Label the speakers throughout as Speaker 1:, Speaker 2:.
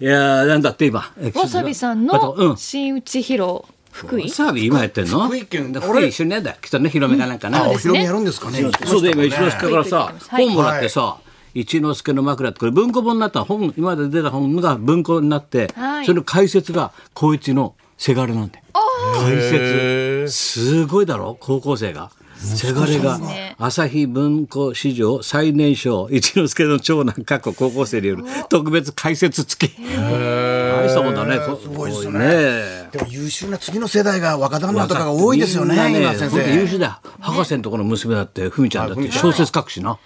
Speaker 1: いやーなんだって今え
Speaker 2: わさびさん
Speaker 1: あとう
Speaker 2: の
Speaker 1: ん
Speaker 2: 新内広福井
Speaker 1: わさび今やってんの
Speaker 3: 福井県
Speaker 1: だから
Speaker 3: 俺
Speaker 1: 福井一緒にやんだよきっとね広めかなんかな
Speaker 3: あ、お
Speaker 2: そうです
Speaker 3: 披露
Speaker 2: ね
Speaker 3: 目やるんですかね。
Speaker 1: そうで今一之輔からさ
Speaker 2: はい
Speaker 1: 本もらってさ一之輔の枕ってこれ文庫本になった本今まで出た本が文庫になって
Speaker 2: はい
Speaker 1: それの解説が高一のせがれなんで解説すごいだろ高校生が。せがれが朝日文庫史上最年少一之輔の長男過去高校生による特別解説付き大したもんだねす
Speaker 3: ごいですね
Speaker 1: ね
Speaker 3: でも優秀な次の世代が若旦那とかが多いですよね、
Speaker 1: みんな
Speaker 3: 今
Speaker 1: ね
Speaker 3: 先
Speaker 1: 本当優秀
Speaker 3: 生。
Speaker 1: だ博士のところの娘だってふみちゃんだって小説書くしな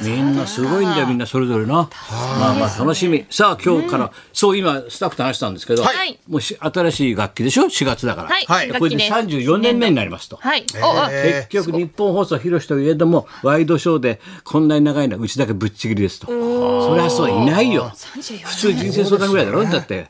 Speaker 1: みんなすごいんだよみんなそれぞれなまあまあ楽しみさあ今日からそう今スタッフと話したんですけど
Speaker 2: はい
Speaker 1: もうし新しい楽器でしょ4月だから
Speaker 2: はい
Speaker 3: はい
Speaker 1: これで
Speaker 2: 楽器
Speaker 1: 34年目になりますと
Speaker 2: はいおあ
Speaker 1: 結局日本放送広しといえどもワイドショーでこんなに長いのはうちだけぶっちぎりですとそりゃそういないよ普通人生相談ぐらいだろだって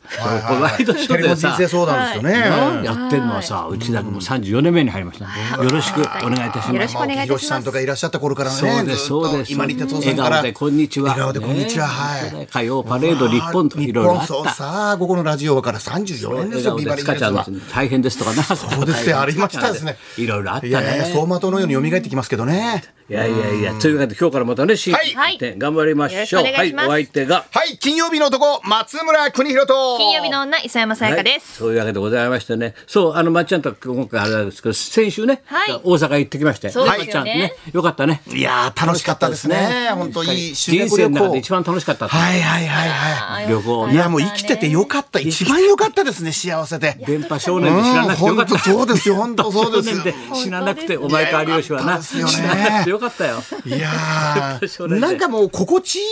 Speaker 1: こうワイドショ
Speaker 3: テ
Speaker 1: ー
Speaker 3: レ
Speaker 1: で
Speaker 3: ビ人
Speaker 1: さ
Speaker 3: 生相談ですよね。
Speaker 1: なやってるのはさ、うちだけもう34年目に入りました、よろしくお願いいたし
Speaker 2: よ
Speaker 1: ま
Speaker 2: ろ
Speaker 1: す
Speaker 2: しく
Speaker 3: まあ
Speaker 2: お願いいたします
Speaker 3: 沖さんとかいらっしゃった頃からね、
Speaker 1: そうです
Speaker 3: ずっ
Speaker 1: そ
Speaker 3: と
Speaker 1: うです
Speaker 3: 今里哲夫さんから
Speaker 1: 笑顔でこんにちは
Speaker 3: 笑顔でこんにちは、
Speaker 1: ね
Speaker 3: はい。
Speaker 1: 火曜パレード日本とかいろいろあっ
Speaker 3: 日本
Speaker 1: た
Speaker 3: そうさあ、ここのラジオから34年ですよ、ビバリー
Speaker 1: 塚
Speaker 3: ヒ
Speaker 1: ち
Speaker 3: ルズ
Speaker 1: ゃん
Speaker 3: は。
Speaker 1: 大変ですとかなそう
Speaker 3: そうですよ、ありましたですね。
Speaker 1: いろいろあったね
Speaker 3: いやいや、走馬灯のように蘇ってきますけどね。
Speaker 1: いやいやいやというわけで今日からまたね新規
Speaker 2: はい
Speaker 1: で頑張りましょう
Speaker 2: よろしくお願いします
Speaker 1: お相手が
Speaker 3: はい、金曜日の男、松村邦弘と。
Speaker 2: 金曜日の女磯山さやかです
Speaker 1: はい、そういうわけでございましてねそうあのまっちゃんとは今回あれなんですけど先週ね、
Speaker 2: はい
Speaker 1: 大阪行ってきまして
Speaker 2: そうです
Speaker 1: ま
Speaker 2: よ
Speaker 1: っ
Speaker 2: ね
Speaker 1: ちゃんねよかったね
Speaker 3: いやー、楽しかったですね。本当いい修
Speaker 1: 人
Speaker 3: 学
Speaker 1: 生
Speaker 3: 旅
Speaker 1: の中で一
Speaker 3: 行。
Speaker 1: 番楽しかったって
Speaker 3: はいはいはいはい。
Speaker 1: 旅行
Speaker 3: いやもう生きててよかった一番よかったですね幸せで
Speaker 1: 電波少年で知らなくてよかった。
Speaker 3: うん本当そうですよ本当そう です
Speaker 1: 電波少年で知らなくて、お前か有吉はな、
Speaker 3: 本当です
Speaker 1: 知
Speaker 3: よね
Speaker 1: らなくてよかったよ。
Speaker 3: い
Speaker 1: 少
Speaker 3: やー
Speaker 1: 年で
Speaker 3: なんかもう心地いい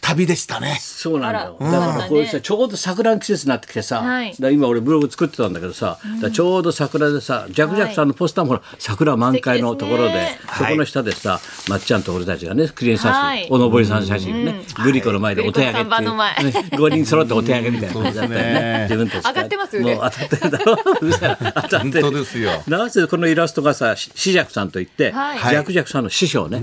Speaker 3: 旅でしたね
Speaker 1: そうなんだよ。
Speaker 2: あ
Speaker 1: だ
Speaker 2: ら
Speaker 1: からこういう
Speaker 2: う
Speaker 1: さ、
Speaker 2: ん
Speaker 1: ちょうど桜の季節になってきてさ、
Speaker 2: はい
Speaker 1: だから今俺ブログ作ってたんだけどさ、だからちょうど桜でさ、ジャクジャクさんのポスターもほら、桜満開のところ
Speaker 2: 素敵
Speaker 1: で
Speaker 2: ですね、
Speaker 1: そこの下でさ、まっちゃんと俺たちがね、クリーンさ
Speaker 2: は
Speaker 1: ん
Speaker 2: い
Speaker 1: おのぼりさん写真ね、グリコの前でお手上げって
Speaker 2: グリコの看板の前
Speaker 1: いうね、五人揃ってお手上げみたいな感じだったよね。自分たちが
Speaker 2: 上がってますよね
Speaker 1: もう当たってるだろ。う るさい当たってる
Speaker 3: 本当ですよ
Speaker 1: なぜこのイラストがさ、しシジャクさんといって、ジ
Speaker 2: はい
Speaker 1: ャクジャクさんの師匠ね、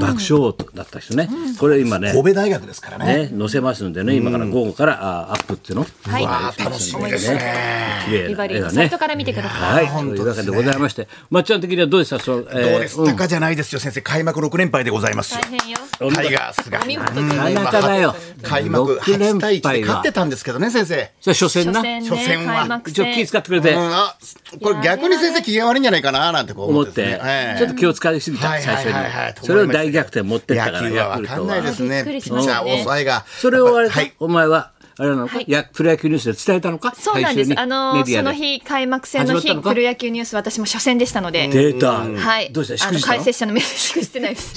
Speaker 1: 爆笑王だった人ね。これ今ね、
Speaker 3: 神戸大学ですからね
Speaker 1: ね、載せますんでね、今から午後からあアップっていうの。
Speaker 2: い
Speaker 1: わあ
Speaker 3: 楽しみですね。
Speaker 1: 綺麗
Speaker 2: ビバ
Speaker 1: な
Speaker 2: リ
Speaker 1: 絵
Speaker 2: ーの
Speaker 1: が
Speaker 2: サイ
Speaker 1: ね
Speaker 2: ト。から見てください
Speaker 1: はい、というわけでございまして、まっちゃん的にはどうでした、そう、えー
Speaker 3: どうでしたかじゃないですよ先生開幕6連敗でございますよ
Speaker 2: 大変よ
Speaker 3: タイガースが
Speaker 2: お見事
Speaker 3: うん
Speaker 2: な
Speaker 1: かなかだよ
Speaker 3: 開幕
Speaker 1: 六連敗は
Speaker 3: 8対1で勝ってたんですけどね先生
Speaker 1: それ初戦
Speaker 2: 初
Speaker 1: な、
Speaker 2: 戦ね
Speaker 3: 初戦は
Speaker 2: 開幕
Speaker 1: ちょっと気
Speaker 2: 戦
Speaker 1: 使ってくれ
Speaker 3: う
Speaker 1: て、
Speaker 3: んあこれ逆に先生機嫌悪いんじゃないかななんてこう
Speaker 1: 思
Speaker 3: 思
Speaker 1: っ
Speaker 3: ってです
Speaker 1: て
Speaker 3: ねええ、
Speaker 1: ちょっと気を使いすぎた、
Speaker 3: はい
Speaker 1: 最
Speaker 3: はい
Speaker 1: 初
Speaker 3: はいはい
Speaker 1: に。それを大逆転持ってったから、
Speaker 3: 野球は分かんないです
Speaker 2: び
Speaker 3: ね
Speaker 2: っく
Speaker 3: ピ
Speaker 2: り
Speaker 3: ッ
Speaker 2: し
Speaker 3: チャ
Speaker 2: ました
Speaker 3: ー
Speaker 2: ね
Speaker 3: 抑えが
Speaker 1: それをあれか、
Speaker 3: はい
Speaker 1: お前は、あれなのか、
Speaker 2: はい
Speaker 1: や、プロ野球ニュースで伝えたのか。
Speaker 2: そうなんで
Speaker 1: 最終
Speaker 2: す
Speaker 1: に
Speaker 2: あの
Speaker 1: メディア
Speaker 2: ー
Speaker 1: で
Speaker 2: その日開幕戦の
Speaker 1: 始まった
Speaker 2: 日
Speaker 1: のか
Speaker 2: プロ野球ニュース私も初戦でしたので
Speaker 1: データ、
Speaker 2: はい。
Speaker 1: どうした、祝
Speaker 2: あの
Speaker 1: 辞した
Speaker 2: 解
Speaker 1: の
Speaker 2: 説者のメッセージしてないです。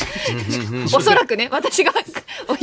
Speaker 2: おそらくね、私が思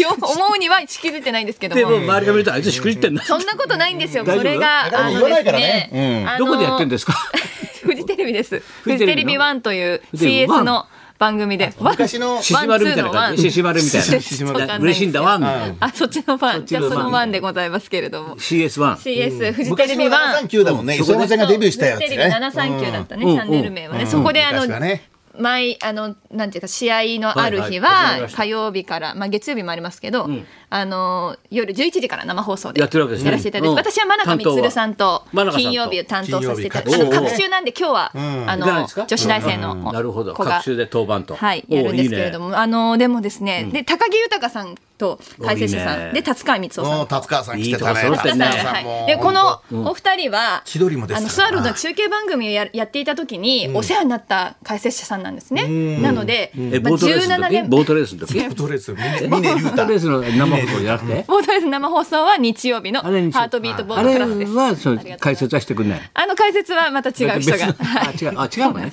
Speaker 2: うには引きずってないんですけど
Speaker 1: でも、
Speaker 2: も。
Speaker 1: 周りが見ると、あいつしくじってんな。
Speaker 2: そんなことないんですよ。
Speaker 1: 大丈夫
Speaker 2: それが、
Speaker 3: 誰も言わないからね
Speaker 2: あ
Speaker 1: ど
Speaker 2: の
Speaker 1: こでやってんですか。
Speaker 2: フジテレビです。フ
Speaker 1: フジ
Speaker 2: ジ
Speaker 1: テレビの
Speaker 2: テレビワンという
Speaker 1: フジテレビ
Speaker 2: CS の番組で。ワン
Speaker 3: 昔の
Speaker 1: 獅子丸みたいな感じ。獅子丸みたいな。
Speaker 2: 獅子丸
Speaker 1: だ嬉しいんだワンみたいな。
Speaker 2: あ、そっちのワン。じゃあ
Speaker 1: そっちのワン
Speaker 2: そのワンでございますけれども。
Speaker 1: CS ワン。
Speaker 2: CS、フジテレビワン。
Speaker 3: 739だもんね磯山ちゃんがデビューしたやつ
Speaker 2: フジテレビ
Speaker 3: ね
Speaker 2: 739だったね、
Speaker 1: うん
Speaker 2: チャンネル名はね。そこであの
Speaker 3: 昔、はね
Speaker 2: 毎あのなんていうか試合のある
Speaker 1: はいはいわかり
Speaker 2: 日
Speaker 1: ま
Speaker 2: は
Speaker 1: した
Speaker 2: 火曜日から、まあ、月曜日もありますけど、あの夜11時から生放送で
Speaker 1: やってるわけですね
Speaker 2: やらせていただいて、
Speaker 1: うん
Speaker 2: 私は真中
Speaker 1: 担当は
Speaker 2: 光さんと
Speaker 1: 真中さんと
Speaker 2: 金曜日を担当させていただいて
Speaker 1: 金曜日
Speaker 2: 隔週なんで今日は、あ
Speaker 1: じゃないで
Speaker 2: の
Speaker 1: すか
Speaker 2: 女子大生の
Speaker 1: なるほど。
Speaker 2: 子が
Speaker 1: 各。週で当番と。
Speaker 2: はい、やるんですけれど
Speaker 1: も。
Speaker 2: も、あのでもですね、で高木豊さんと解説者
Speaker 1: お
Speaker 2: さ
Speaker 1: いいね
Speaker 2: んで達川光雄さん
Speaker 3: うん達川さん来てたね
Speaker 1: いいとこ揃って
Speaker 2: は
Speaker 1: ん
Speaker 2: い
Speaker 1: ね
Speaker 3: 達川さんも
Speaker 2: でこのお二人は、
Speaker 3: 千鳥もです
Speaker 2: あ
Speaker 3: から
Speaker 2: のスワローズの中継番組をややっていた時に、お世話になった解説者さんなんですね。なので、
Speaker 1: え、
Speaker 2: まあ
Speaker 1: ボートレースの
Speaker 2: 17
Speaker 1: 時。
Speaker 2: 年
Speaker 1: ボートレース の時。
Speaker 3: 本当ですよね
Speaker 1: ボートレースの生放送じゃなくて。
Speaker 2: ボートレース生放送は日曜日のハ
Speaker 1: あれにしよう
Speaker 2: ートビートボー
Speaker 1: あ
Speaker 2: トク
Speaker 1: れ
Speaker 2: ラスです。
Speaker 1: は、その解説はしてくんない。
Speaker 2: あの解説はまた違う人
Speaker 1: 別
Speaker 2: が
Speaker 1: の。あ、違う、あ、違うの ね。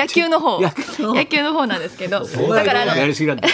Speaker 2: 野球の方
Speaker 1: 野球の方
Speaker 2: 野球の方なんですけ
Speaker 1: お
Speaker 2: どだ
Speaker 1: 前
Speaker 2: からあの
Speaker 1: や
Speaker 2: 17
Speaker 1: りすぎなんだ。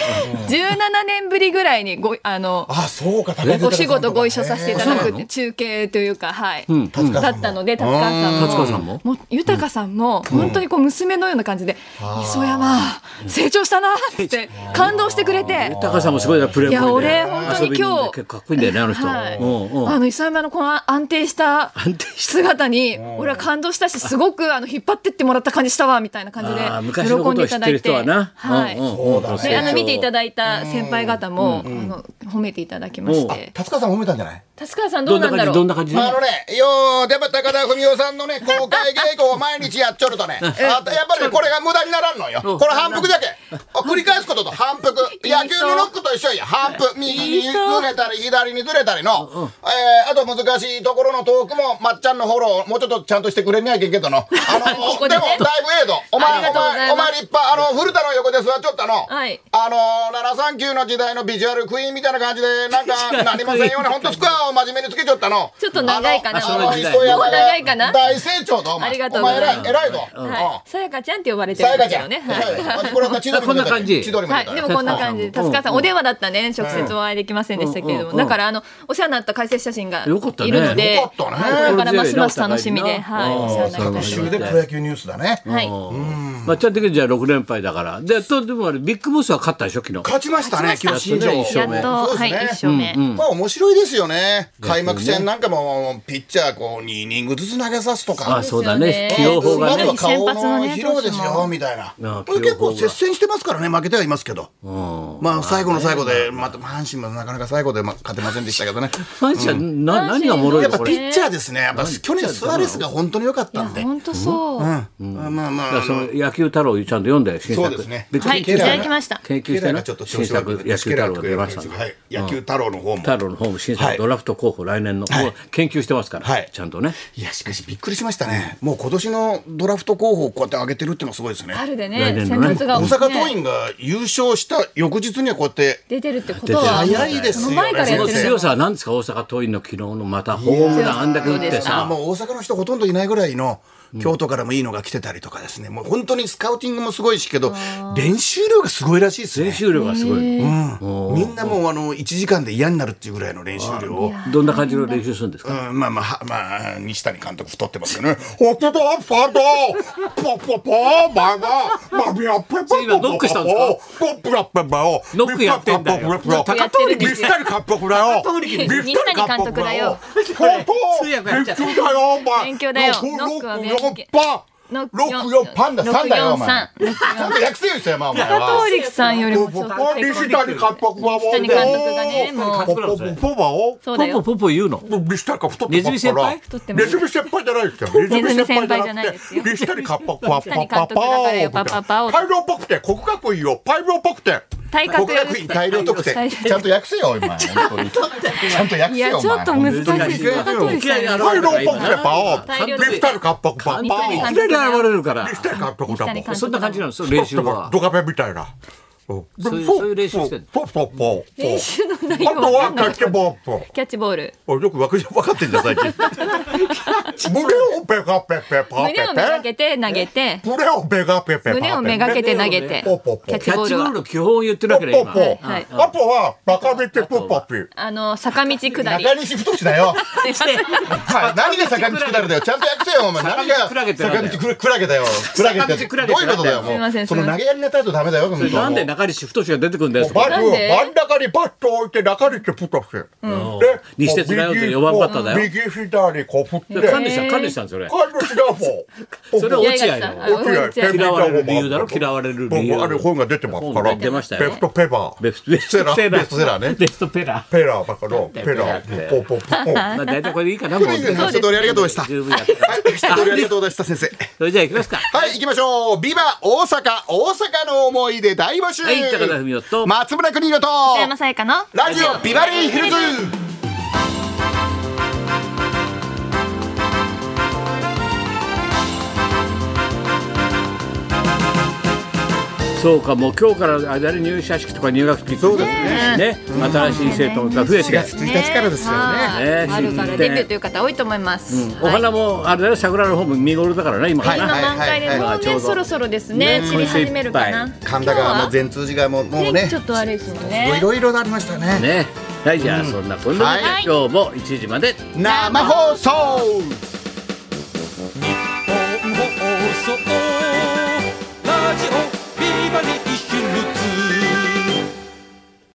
Speaker 2: 年ぶりぐらいにごあの
Speaker 3: あそうか高木
Speaker 2: お仕事ご一緒させていただ
Speaker 1: えそう
Speaker 2: く
Speaker 1: なの
Speaker 2: 中継というか、はい、
Speaker 3: 達
Speaker 2: だ
Speaker 3: 川さんも
Speaker 2: ったので、達川さんも、
Speaker 1: 達川さんも
Speaker 2: う豊さんも、本当にこう娘のような感じで、磯山、成長したなって感動してくれて。
Speaker 1: 高さんもすごいな、プレー
Speaker 2: い
Speaker 1: ボー
Speaker 2: や
Speaker 1: ルで
Speaker 2: 俺本当に今日
Speaker 1: 結構かっこいいんだよね、あの人。
Speaker 2: はい
Speaker 1: うんうん
Speaker 2: あの磯山のこの安定した
Speaker 1: 安定し
Speaker 2: 姿に俺は感動したしすごくあの引っ張ってってもらった感じしたわみたいな感じで
Speaker 1: あー昔
Speaker 2: 喜
Speaker 1: のこ
Speaker 2: ん
Speaker 1: と
Speaker 2: で
Speaker 1: を
Speaker 2: い
Speaker 1: 知
Speaker 2: た
Speaker 1: っ
Speaker 2: だ
Speaker 1: てる
Speaker 2: いて
Speaker 1: 人はな。
Speaker 2: はい
Speaker 1: うんうん
Speaker 3: そうだね
Speaker 2: であの見ていただいた先輩方もあの褒めていただきまし
Speaker 1: うん
Speaker 2: て
Speaker 3: 達川さん褒めたんじゃない
Speaker 2: 達川さんど
Speaker 1: ど
Speaker 2: うんな
Speaker 1: なん
Speaker 2: だ
Speaker 1: 感
Speaker 2: ろ
Speaker 1: じ
Speaker 2: う
Speaker 1: どんな感じ
Speaker 3: あのね、よう、でも高田文夫さんのね、公開稽古を毎日やっちょる とね、あとやっぱりねこれが無駄にならんのよ。これ反復だけ。あ繰り返すことと反復。野球のロックと一緒や。反復。右にずれたり、左にずれたりの。えー、あと難しいところのトークも、まっちゃんのフォロー、もうちょっとちゃんとしてくれにゃいけんけ どの。あの、
Speaker 2: こで
Speaker 3: で
Speaker 2: ね
Speaker 3: も、だいぶええぞ。お
Speaker 2: ありが
Speaker 3: 前、
Speaker 2: と
Speaker 3: お
Speaker 2: うございます
Speaker 3: 前、お前立派。あの、古田の横で座っちょったの。
Speaker 2: はい
Speaker 3: あの、739の時代のビジュアルクイーンみたいな感じ で、なんか、なりませんよね。ほんとスクワを真面目につけちょったの。
Speaker 2: ちょっと長いかな
Speaker 3: あのあの
Speaker 1: もう
Speaker 3: 磯山が
Speaker 2: 長いかな
Speaker 3: 大成長だ、お前。
Speaker 2: ありがとうございます
Speaker 3: お前偉い、偉いぞ。
Speaker 2: はい、さやかちゃんって呼ばれて
Speaker 3: さ
Speaker 2: る
Speaker 3: や
Speaker 2: んで
Speaker 3: か
Speaker 2: す
Speaker 3: ちゃ
Speaker 2: よ
Speaker 3: ん。
Speaker 2: ね。
Speaker 3: は
Speaker 2: はい
Speaker 3: これは千鳥も
Speaker 1: こんな感じ
Speaker 3: 千鳥も
Speaker 2: い。は
Speaker 3: 入れ
Speaker 2: い、で
Speaker 3: た
Speaker 2: もこんな感
Speaker 1: う
Speaker 2: じ、
Speaker 1: ん
Speaker 2: 達川さん、お電話だったね、直接お会いできませんでしたけれど
Speaker 1: うん
Speaker 2: も、だから、あの、お世話になった解説写真がいる
Speaker 1: よかったね
Speaker 2: ので、
Speaker 3: よかったね
Speaker 2: これからますます楽しみで、はい、お世話になりま
Speaker 3: 一
Speaker 2: し
Speaker 3: 周でプロ野球ニュースだね。
Speaker 2: た。はい。
Speaker 1: うんまあちゃん的にじゃあ6連敗だからでとでもあれビッグボスは勝ったでしょ昨日
Speaker 3: 勝ちましたね、今日新庄。
Speaker 1: やっとね一
Speaker 2: や
Speaker 1: 勝目
Speaker 2: っと、
Speaker 3: そうです
Speaker 2: は
Speaker 3: ね
Speaker 2: い、一勝目。
Speaker 3: まあ面白いですよね。開幕戦なんかも、ピッチャーこう、2イニングずつ投げさすと
Speaker 1: あ
Speaker 3: か。
Speaker 1: そうだね
Speaker 2: そうです
Speaker 1: 起
Speaker 2: よね
Speaker 1: 用法が
Speaker 3: あ
Speaker 1: ね
Speaker 3: とは顔
Speaker 2: 先発の
Speaker 3: の
Speaker 2: ね
Speaker 3: 披露ですよ、みたい
Speaker 1: ああ
Speaker 3: な。これ結構接戦してますからね、負けてはいますけど。まあ最後の最後で、また阪神もなかなか最後でま勝てませんでしたけどね。
Speaker 1: 阪神はな何がおもろいの
Speaker 3: やっぱ
Speaker 1: こ
Speaker 3: ピ
Speaker 1: れ
Speaker 3: ッチャーですね。やっぱ去年スアレスが本当に良かったんで。
Speaker 2: 本当そう。
Speaker 3: まあまあま
Speaker 1: だ
Speaker 3: あ
Speaker 1: からその野球太郎ちゃんと読んだよ新作
Speaker 3: そうですね
Speaker 1: で
Speaker 2: はい、いただきました。
Speaker 1: 研究し
Speaker 3: ケラ
Speaker 1: て
Speaker 3: が
Speaker 1: ね
Speaker 3: ちょっと調
Speaker 1: 新
Speaker 3: 子悪
Speaker 1: 作
Speaker 3: く
Speaker 1: 野球太郎が出ましたんで
Speaker 3: はい、野球太郎の方も。
Speaker 1: 太郎の方も新作
Speaker 3: はい
Speaker 1: ドラフト候補来年の
Speaker 3: はい
Speaker 1: もう研究してますから
Speaker 3: はい
Speaker 1: ちゃんとね
Speaker 3: いやしかしびっくりしましたね。もう今年のドラフト候補をこうやって上げてるってのはすごいですね。
Speaker 2: 春
Speaker 1: 来
Speaker 2: でね、
Speaker 1: 年の
Speaker 2: 先
Speaker 1: ね
Speaker 2: 発が、
Speaker 3: 大
Speaker 2: ね、
Speaker 3: 阪桐蔭が優勝した翌日にはこうやって
Speaker 2: 出てるってことは、
Speaker 3: 早いです
Speaker 2: その
Speaker 3: よね。
Speaker 2: 前から
Speaker 1: そ
Speaker 2: やっ
Speaker 1: の
Speaker 2: てる
Speaker 1: 強さは何ですか大阪桐蔭の昨日のまたホームランあんだけ打って
Speaker 3: まあ
Speaker 1: さ
Speaker 3: もう大阪の人ほとんどいないぐらいの京都からもいいのが来てたりとかですね。もう本当にスカウティングもすごいしけど練習量がすごいらしいです
Speaker 1: 練
Speaker 3: ね。
Speaker 1: 習量がすごい
Speaker 3: みんなもうあの1時間で嫌になるっていうぐらいの練習量を。
Speaker 1: どんな感じの練習するんですか
Speaker 3: うん、まあまあ、はまあ、西谷監督太ってますよね。おとと、パと、ポポポ、ババ、バビア、ペペ
Speaker 1: それ今ノックしたんですか
Speaker 3: ポップラッペバを。
Speaker 1: ノックやってんだよ
Speaker 3: ビップラッペバ
Speaker 2: 高
Speaker 3: を
Speaker 2: 取
Speaker 3: ビッタリ監督だよ。ビッタリ
Speaker 2: 西谷監督だよ
Speaker 3: ポポ、
Speaker 1: 通訳やっちゃう
Speaker 3: 勉強だよ、お前。
Speaker 2: 勉強だよ
Speaker 3: 六
Speaker 2: ノックは
Speaker 3: 六
Speaker 2: 勉強
Speaker 3: 四パ
Speaker 2: ノック
Speaker 3: 六四パンダ
Speaker 2: ノック
Speaker 3: 三だよ、お前
Speaker 2: 四。
Speaker 3: ちゃんと訳せよ、磯山、お前は。
Speaker 2: 高力さんよりもちょっと
Speaker 3: ポポ西谷監督はもう。
Speaker 2: 西谷監督がねもう
Speaker 3: ポポポポバを。
Speaker 2: そ
Speaker 1: ポン
Speaker 2: うだ
Speaker 1: ポン
Speaker 2: よ。
Speaker 1: ポンポン言うの
Speaker 3: もう西谷が太ってます
Speaker 1: ネ
Speaker 3: から
Speaker 1: ズミ先輩
Speaker 2: 太ってま
Speaker 3: ネ
Speaker 2: す
Speaker 3: ズミ先輩じゃないですよ。ネ
Speaker 2: ズミ先輩じゃないですよ
Speaker 3: 西谷カッパッパッパッパッ
Speaker 2: 西谷監督だからよパッパッパ
Speaker 3: パ
Speaker 2: を
Speaker 3: 大量得点、国学院よ、大量得点。
Speaker 2: 体格
Speaker 3: 国学院大量得点。
Speaker 2: 大量
Speaker 3: ちゃんと訳せよ、今。本当にちゃんと訳
Speaker 2: い
Speaker 3: せ
Speaker 2: や、
Speaker 3: よ、お
Speaker 2: ちょっと
Speaker 3: 前。
Speaker 2: 難しい。高取さんよりも
Speaker 3: 大量得点、パオ。
Speaker 2: 大量得点
Speaker 3: 西谷カッパッパッパ
Speaker 2: 西谷
Speaker 3: オ
Speaker 1: い。きなり現れるから
Speaker 3: 西谷監督だもん
Speaker 2: 西谷監。督
Speaker 1: そんな感じなんですよ練習は
Speaker 3: ドカベみたいな。そう
Speaker 1: いうそういう練習してんの
Speaker 3: ポッポッポッ。
Speaker 2: 練習の内
Speaker 3: あ
Speaker 2: 容
Speaker 3: とは
Speaker 2: わかん
Speaker 3: キャ
Speaker 2: な
Speaker 3: ッチボール。
Speaker 2: キャッチボール。
Speaker 3: おいよくわか分かってんじゃん最近。胸をペガペペパペ
Speaker 2: 胸をめが
Speaker 3: ペ。
Speaker 2: けて投げて、
Speaker 3: 胸をペガペペパペ。
Speaker 2: 胸をめがけて投げて、
Speaker 3: ポポポ
Speaker 2: キャッ
Speaker 1: キ
Speaker 2: チ
Speaker 1: ャ
Speaker 2: ボ
Speaker 1: ッ
Speaker 2: ー
Speaker 1: チ
Speaker 2: ル
Speaker 1: ボー
Speaker 2: は
Speaker 1: ル。の基本を言ってるわけ
Speaker 3: ポ
Speaker 1: ね
Speaker 3: ポ
Speaker 1: 今
Speaker 3: ポ。
Speaker 1: ね
Speaker 2: はい
Speaker 3: あとはバカベテポポピ。
Speaker 2: あの、坂道下り。
Speaker 3: 中西太だよ。
Speaker 2: すいません
Speaker 3: はい、何が坂道くだるだよ。ちゃんと訳せよ、お前。何が
Speaker 1: 坂道くらげってなんだよ
Speaker 3: 坂道くらくらげだよ。くらげって。
Speaker 1: 坂道く
Speaker 3: ど
Speaker 1: らげ
Speaker 3: う
Speaker 1: って
Speaker 3: いう
Speaker 1: なんだよ
Speaker 3: ことだよ、
Speaker 2: すい
Speaker 3: も
Speaker 2: ま
Speaker 3: う。
Speaker 2: せん
Speaker 3: その投げやりな態度ダメだよ、本当
Speaker 1: なんで中西太が出てくるんだよそこ
Speaker 3: バット
Speaker 2: な
Speaker 3: を
Speaker 2: んで
Speaker 3: 真ん中にバットを置いて中西太し。で
Speaker 1: 西鉄ライオンズ4番バッターだよ
Speaker 3: 右左こう振って。
Speaker 1: 管理した管理したんですよね
Speaker 3: カルロスラフォ
Speaker 1: それは
Speaker 3: を
Speaker 1: 落合の
Speaker 2: あ落合
Speaker 1: 嫌われる理由だろ嫌われる理由
Speaker 3: あれ本が出てますか
Speaker 1: 本が
Speaker 3: ら。
Speaker 1: 出ましたよ
Speaker 3: ベストペバー。
Speaker 1: ベストベストセラー
Speaker 3: ベストセラーね。
Speaker 1: ベストペラー
Speaker 3: ペラーだから、ペラ
Speaker 1: ペラ
Speaker 3: ー。ポポポポ。
Speaker 1: まあ大体これでいいかなもう
Speaker 3: 先生、どりありがとうございました。
Speaker 1: 十分やった
Speaker 3: はい、どりありがとうございました、先生。
Speaker 1: それじゃあ行きますか
Speaker 3: はい、行きましょう。ビバ大阪、大阪の思い出大募集。
Speaker 1: はい高田文夫と
Speaker 3: 松村邦洋と。
Speaker 2: 北山さやかの
Speaker 3: ラジオビバリーヒルズ。
Speaker 1: そうかもう今日からあれ入社式とか入学式そうですね新しい生徒が増えて
Speaker 3: 4月1日からですよね。
Speaker 2: はい
Speaker 1: ね
Speaker 2: 春から
Speaker 1: 新
Speaker 2: デ
Speaker 1: 店
Speaker 2: ビューという方多いと思います。
Speaker 1: お花もあれだよ桜の方も見頃だからね今か
Speaker 2: 今
Speaker 1: ら
Speaker 3: は
Speaker 1: な
Speaker 2: 満開
Speaker 3: は
Speaker 2: で
Speaker 3: い
Speaker 1: はい
Speaker 2: も
Speaker 1: は
Speaker 2: う
Speaker 1: いちょう
Speaker 2: ね
Speaker 1: ど
Speaker 2: そろそろですね散り始めるかな
Speaker 1: 今
Speaker 3: 神田川の
Speaker 2: 今
Speaker 3: 全通寺川も
Speaker 2: 日
Speaker 3: も
Speaker 2: は
Speaker 3: う
Speaker 2: 天
Speaker 3: ね
Speaker 2: 気ちょっと悪いですもん
Speaker 3: い
Speaker 2: ね
Speaker 3: ろいろありましたね
Speaker 1: ねはいじゃあそんなこんなで
Speaker 3: はい
Speaker 1: 今日も1時まで
Speaker 3: 生放送
Speaker 4: 放送